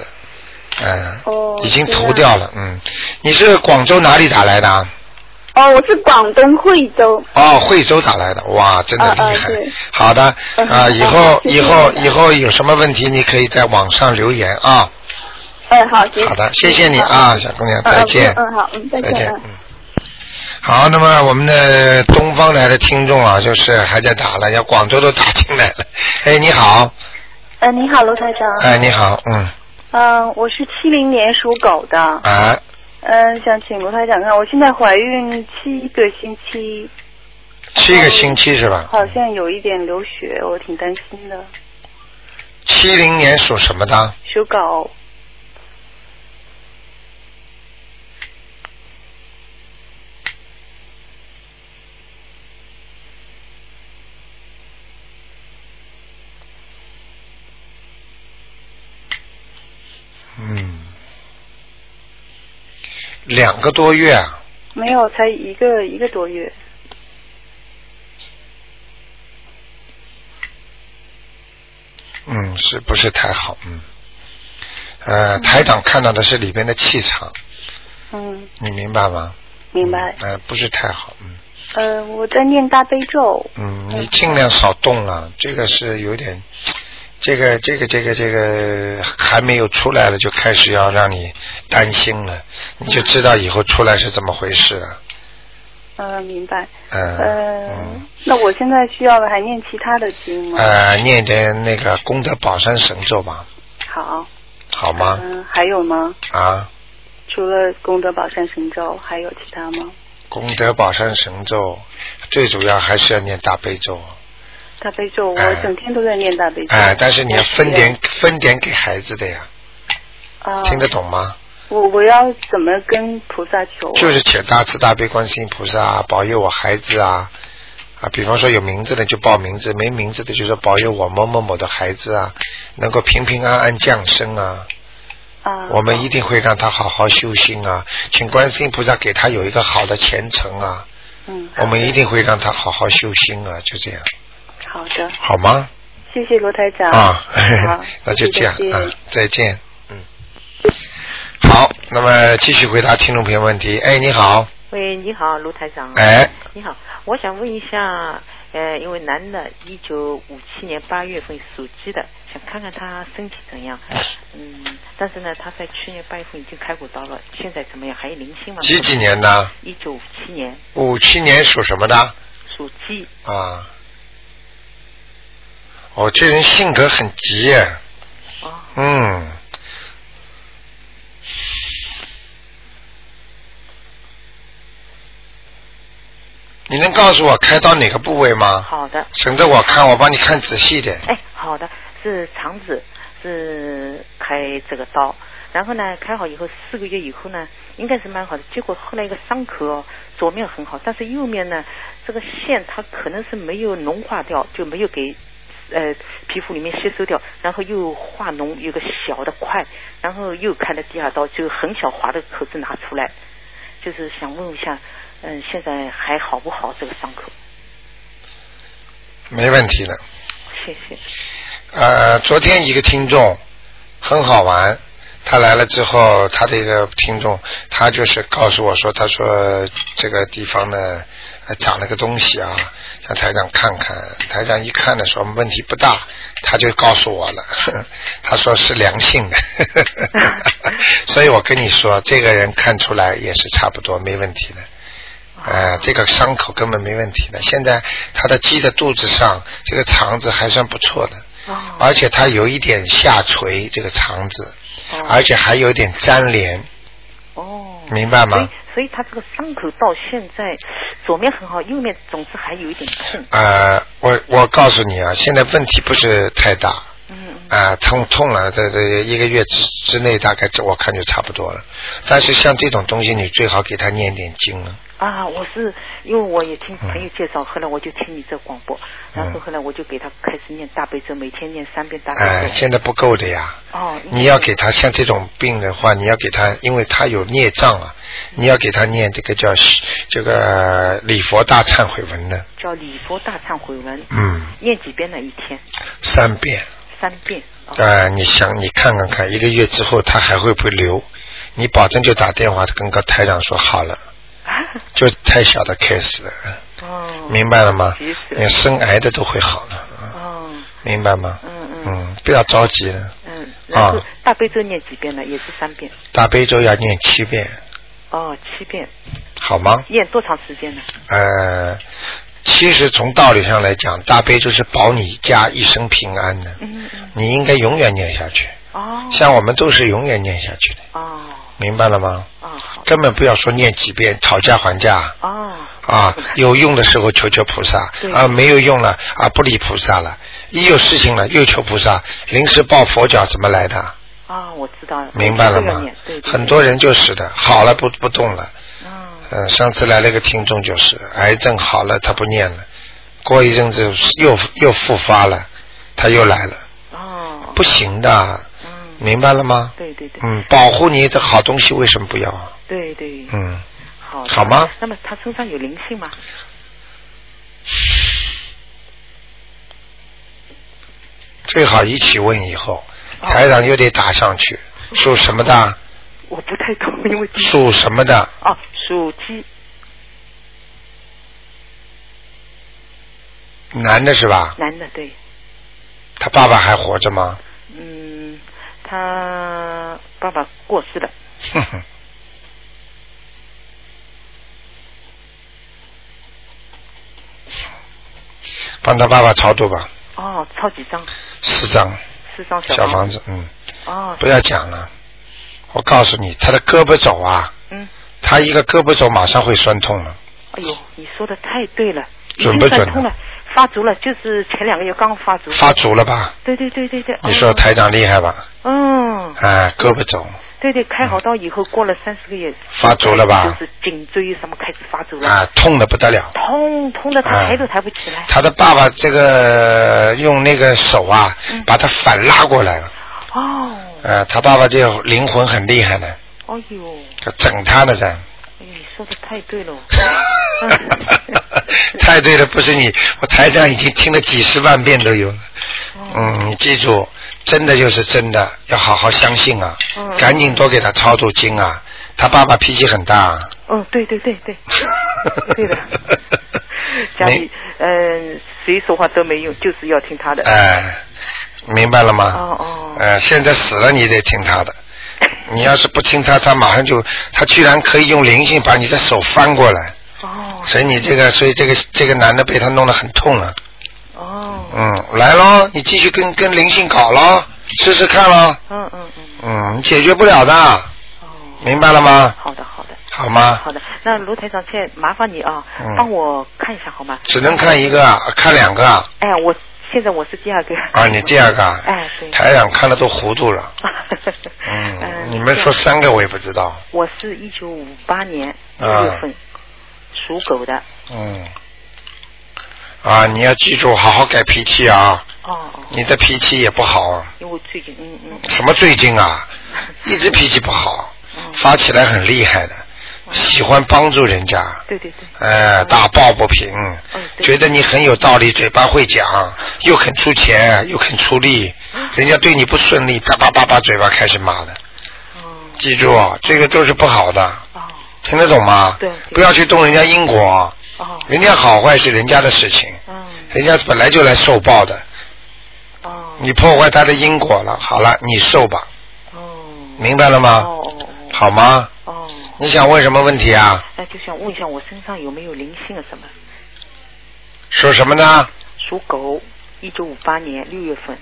嗯、
哦
已经
这
涂
样
掉了，嗯。你是广州哪里打来的啊？
哦，我是广东惠州。
哦，惠州打来的，哇，真的厉
啊啊
害。
对
好的，
嗯
啊，以后
好谢谢
以后
你
以后有什么问题，你可以在网上留言啊。
哎，好，行。
好的，谢谢你啊，小姑娘，
嗯
再见。
嗯嗯好嗯再见嗯
嗯。好，那么我们的东方台的听众啊，就是还在打了，要广州都打进来 了。哎，你好，
呃，你好，卢台长。
哎，你好，嗯，
嗯、
啊
我是七零年属狗的。
啊，
呃
嗯、想请卢台长看，我现在怀孕七个星期，
七个星期是
嗯
吧？
好像有一点流血，我挺担心的。
七零年属什么的？
属狗，
嗯，两个多月啊。
没有，才一个一个多月。
嗯，是不是太好？嗯，呃，台长看到的是里边的气场，
嗯，
你明白吗？
明白。
嗯呃，不是太好，嗯
呃，我在念大悲咒。
嗯，你尽量少动了，这个是有点，这个这个这个这个还没有出来了，就开始要让你担心了，你就知道以后出来是怎么回事了。
呃，明白。
嗯、
呃，
嗯，
那我现在需要还念其他的经吗？
呃，念点那个功德宝山神咒吧，
好。
好吗？
嗯、还有吗？
啊，
除了功德宝山神咒，还有其他吗？
功德宝山神咒，最主要还是要念大悲咒。
大悲咒，我整天都在念大悲咒。
哎，但是你要分点分点给孩子的呀，
啊，
哦
听得懂吗？
我我要怎么跟菩萨求啊？
就是请大慈大悲观世音菩萨保佑我孩子啊啊！比方说有名字的就报名字，没名字的就说保佑我某某某的孩子啊，能够平平安安降生啊。
嗯
啊，
我们一定会让他好好修心啊，请观世音菩萨给他有一个好的前程啊。
嗯，
我们一定会让他好好修心啊，就这样，
好的，
好吗？
谢谢罗台长。
啊，
好
那就这样
谢谢
啊，再见，嗯。好，那么继续回答听众朋友问题。哎，你好，
喂，你好，卢台长。
哎，
你好，我想问一下，呃，因为男的，一九五七年八月份属鸡的，想看看他身体怎样。
哎
嗯，但是呢，他在去年八月份已经开过刀了，现在怎么样？还有灵性吗？
几几年的？
一九五七年
五七年属什么的？
属鸡，
啊，哦，这人性格很急耶。
哦
嗯。你能告诉我开到哪个部位吗？
好的。
省得我看，我帮你看仔细一点。
哎，好的，是肠子是开这个刀，然后呢，开好以后四个月以后呢，应该是蛮好的。结果后来一个伤口哦，左面很好，但是右面呢，这个线它可能是没有脓化掉，就没有给。呃，皮肤里面吸收掉，然后又化脓，有个小的块，然后又开了第二刀，就很小划的口子拿出来，就是想问一下，嗯、现在还好不好这个伤口？
没问题的。
谢谢。
呃，昨天一个听众很好玩，他来了之后，他的一个听众，他就是告诉我说，他说这个地方呢、呃、长了个东西啊，让台长看看。台长一看的时候问题不大，他就告诉我了， 呵呵他说是良性的，呵呵所以我跟你说，这个人看出来也是差不多没问题的。呃，这个伤口根本没问题的。现在他的鸡的肚子上这个肠子还算不错的，
哦
而且它有一点下垂，这个肠子，而且还有点粘连，
哦，
明白吗
所以，所以他这个伤口到现在，左面很好，右面总是还有一点痛。
呃，我我告诉你啊，现在问题不是太大，
嗯，
啊、痛痛了，这这一个月之之内大概这我看就差不多了。但是像这种东西，你最好给他念点经了。
啊，我是因为我也听朋友介绍，后来我就听你这广播，
嗯
然后后来我就给他开始念大悲咒，每天念三遍大
哎、
悲咒。
现在不够的呀。
啊哦，
你要给他像这种病的话，你要给他，因为他有孽障啊，你要给他念这个叫这个呃礼佛大忏悔文的，
叫礼佛大忏悔文，
嗯，
念几遍呢？一天
三遍。
三遍。哦
啊、你想你看看看，一个月之后他还会不会留？你保证就打电话跟个台长说好了，就太小的 case 了，
啊哦，
明白了吗
急死？
你生癌的都会好的，
哦，
明白吗？
嗯嗯
嗯，不要着急了，
嗯，然后
啊
大悲咒念几遍呢？也是三遍。
大悲咒要念七遍，
哦，七遍。
好吗？
念多长时间呢？
呃，其实从道理上来讲，大悲就是保你家一生平安的，
嗯嗯。
你应该永远念下去。
哦。
像我们都是永远念下去的，
哦
明白了吗？
哦好。
根本不要说念几遍，讨价还价
哦。
啊，有用的时候求求菩萨
对
啊，没有用了啊，不理菩萨了，一有事情了又求菩萨，临时抱佛脚怎么来的？
啊，我知道了。
明白了
这个
吗
念对？对
很多人就是的，好了不不动了。嗯，上次来了个听众就是癌症好了，他不念了，过一阵子又又复发了，他又来了。
哦。嗯
不行的。明白了吗？
对对对。
嗯，保护你的好东西为什么不要？啊
对对，
嗯，
好的。
好吗
那么他身上有灵性吗？
最好一起问以后，台长又得打上去。属什么的？
我不太懂，因为
属什么的？
哦，属鸡，
男的是吧？
男的，对，
他爸爸还活着吗？
嗯，他爸爸过世了，
哼哼。帮他爸爸超度吧，
哦，超几张，
四张
四张
小
房
房子，嗯，
哦，
不要讲了。我告诉你，他的胳膊肘啊，
嗯，
他一个胳膊肘马上会酸痛了，
哎呦，你说的太对了，已
准不
经算
准
通了，
发足了，就是前两个月刚发
嗯
足。
发足了吧？
对对对对对。
你说
哦
台长厉害吧？
哦
嗯，
哎，胳膊肿，
对对，开好刀以后过了三四个月，
发作了吧
就是颈椎什么开始发作了，
啊，痛的不得了。
痛痛的他
啊
抬都抬不起来。
他的爸爸这个用那个手啊，把他反拉过来了。
哦，
呃，他爸爸这个灵魂很厉害的，
哎呦，
他整他的噻。
哎呦，你说的太对了。
太对了，不是你，我台长已经听了几十万遍都有了。
哦
嗯，你记住，真的就是真的，要好好相信啊！
嗯
赶紧多给他抄住经啊！他爸爸脾气很大，
嗯，对对对 对，对的。家里嗯、谁说话都没用，就是要听他的。
哎，明白了吗？
哦哦，
呃，现在死了你得听他 的，你要是不听他，他马上就，他居然可以用灵性把你的手翻过来。哦。所以你这个，所以这个这个男的被他弄得很痛了。哦。嗯，来喽，你继续跟跟灵性搞喽，试试看喽。
嗯嗯嗯，哦
嗯，解决不了的。明白了吗？
好的好的。
好吗？
好的，那卢台长，现在麻烦你啊，
嗯
帮我看一下好吗？
只能看一个啊，看两个啊。
哎，我现在我是第二个。
啊，你第二个啊。
哎，对。
台长看了都糊涂了。嗯，你们说三个我也不知道。
我是一九五八年
啊
六月份、属狗的。
嗯，啊，你要记住，好好改脾气啊！
哦哦，
你的脾气也不好，啊
因为我最近嗯嗯
什么最近啊，一直脾气不好，
嗯
发起来很厉害的，喜欢帮助人家，
对嗯对对，
呃，打抱不平，觉得你很有道理，嘴巴会
嗯
讲，又肯出钱，又肯出力，人家对你不顺利，叭叭叭叭，嘴巴开始骂了。
嗯
记住，啊这个都是不好的，
哦
听得懂吗？
对，
不要去动人家因果，
哦
人家好坏是人家的事情，
嗯
人家本来就来受报的，
哦
你破坏他的因果了，好了，你受吧，
哦
明白了吗？好吗？你想问什么问题啊？
那就想问一下我身上有没有灵性啊什么？
说什么呢？
属狗，一九五八年六月份，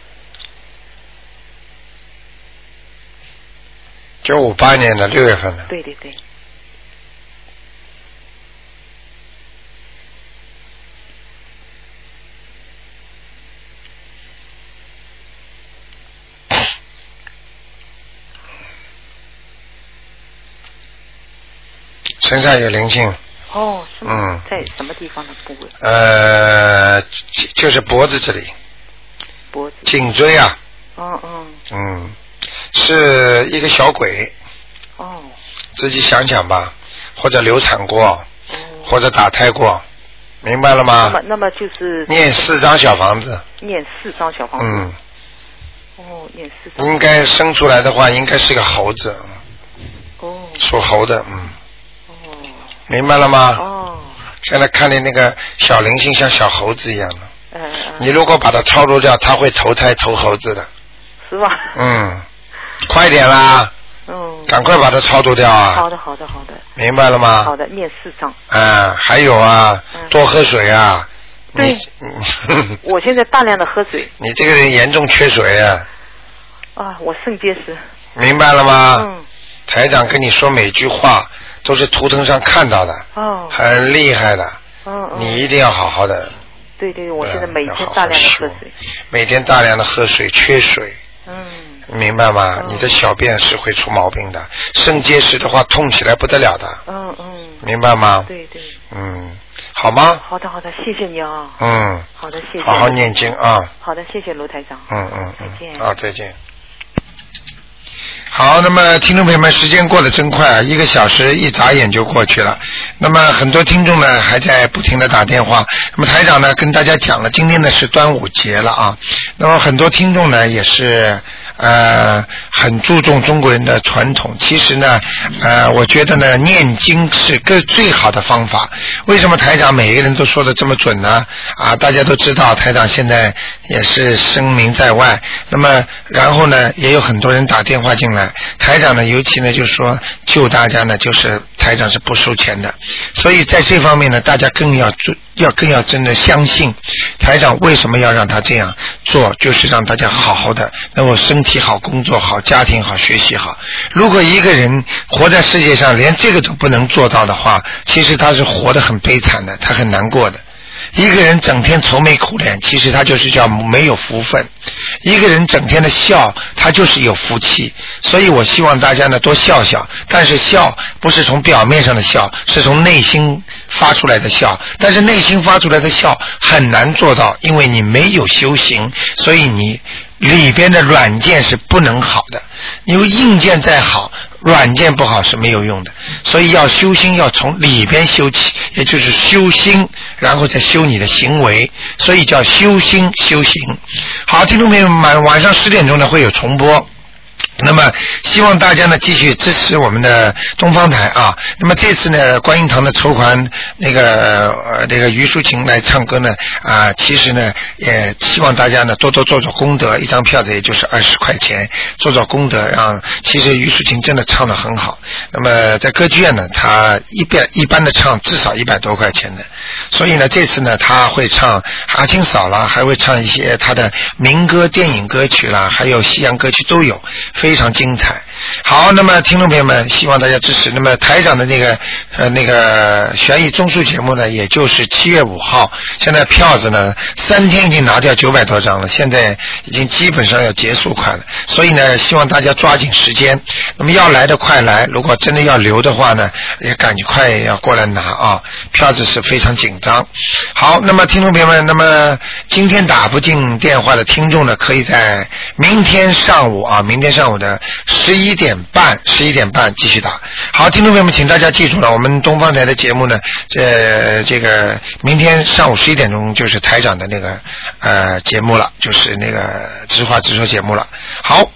九五八年的六月份的，
对对对，
身上有灵性，
哦，是吗？
嗯
在什么地方的部位？
呃，就是脖子这里，
脖子。
颈椎啊，
嗯嗯，
嗯，是一个小鬼，
哦，
自己想想吧，或者流产过，或者打胎过，明白了
那
吗
么？那么就是
念四张小房子，
念四张小房子，
嗯，
哦，念四张，
应该生出来的话，应该是个猴子，
哦
属猴的，嗯，明白了吗？
哦，
现在看见那个小灵性像小猴子一样的，
嗯嗯，
你如果把它超度掉，它会投胎投猴子的。
是吧？
嗯，快点啦，
嗯，
赶快把它超度掉啊
好的好的好的，
明白了吗？
好的，念四张。
啊，还有啊，多喝水啊。
嗯对，
嗯
我现在大量的喝水
你这个人严重缺水啊，
啊，我肾结石。
明白了吗？
嗯。
台长跟你说每句话都是图腾上看到的，
哦，
很厉害的，
嗯嗯，
你一定要好好的，
对对，我现在每
要
天
好好
大量的喝
修
水。
每天大量的喝水，缺水。
嗯，
明白吗？你的小便是会出毛病的，肾结石的话痛起来不得了的，
嗯嗯，
明白吗？
对对，
嗯，好吗？
好的好的，谢谢你啊，
嗯，
好的谢谢。
好好念经啊，
好的，谢谢卢台长。
嗯嗯嗯，
见
啊，再见。好，那么听众朋友们，时间过得真快啊，一个小时一眨眼就过去了。那么很多听众呢还在不停的打电话。那么台长呢跟大家讲了，今天呢是端午节了啊。那么很多听众呢也是呃很注重中国人的传统。其实呢，呃，我觉得呢念经是个最好的方法。为什么台长每个人都说的这么准呢？啊，大家都知道台长现在也是声名在外。那么然后呢，也有很多人打电话进来，台长呢，尤其呢就是说救大家呢，就是台长是不收钱的，所以在这方面呢，大家更要注要更要真的相信台长为什么要让他这样做，就是让大家好好的能够身体好、工作好、家庭好、学习好。如果一个人活在世界上连这个都不能做到的话，其实他是活得很悲惨的，他很难过的。一个人整天愁眉苦脸，其实他就是叫没有福分；一个人整天的笑，他就是有福气。所以我希望大家呢多笑笑，但是笑不是从表面上的笑，是从内心发出来的笑。但是内心发出来的笑很难做到，因为你没有修行，所以你里边的软件是不能好的。因为硬件再好，软件不好是没有用的。所以要修心，要从里边修起，也就是修心，然后再修你的行为，所以叫修心修行。好，听众朋友们，晚晚上十点钟呢会有重播。那么，希望大家呢继续支持我们的东方台啊。那么这次呢，观音堂的筹款，那个呃，那个于淑琴来唱歌呢，啊、其实呢，也希望大家呢多多做做功德，一张票子也就是二十块钱，做做功德。让其实于淑琴真的唱的很好。那么在歌剧院呢，她一遍一般的唱至少一百多块钱的，所以呢，这次呢，她会唱阿青嫂啦，还会唱一些她的民歌、电影歌曲啦，还有西洋歌曲都有。非常精彩。好，那么听众朋友们，希望大家支持。那么台长的那个呃那个悬疑综述节目呢，也就是七月五号，现在票子呢三天已经拿掉九百多张了，现在已经基本上要结束款了。所以呢，希望大家抓紧时间。那么要来的快来，如果真的要留的话呢，也赶快要过来拿啊，票子是非常紧张。好，那么听众朋友们，那么今天打不进电话的听众呢，可以在明天上午啊，明天上午的十一点半，十一点半继续打。好，听众朋友们，请大家记住了，我们东方台的节目呢，这这个明天上午十一点钟就是台长的那个呃节目了，就是那个直话直说节目了。好，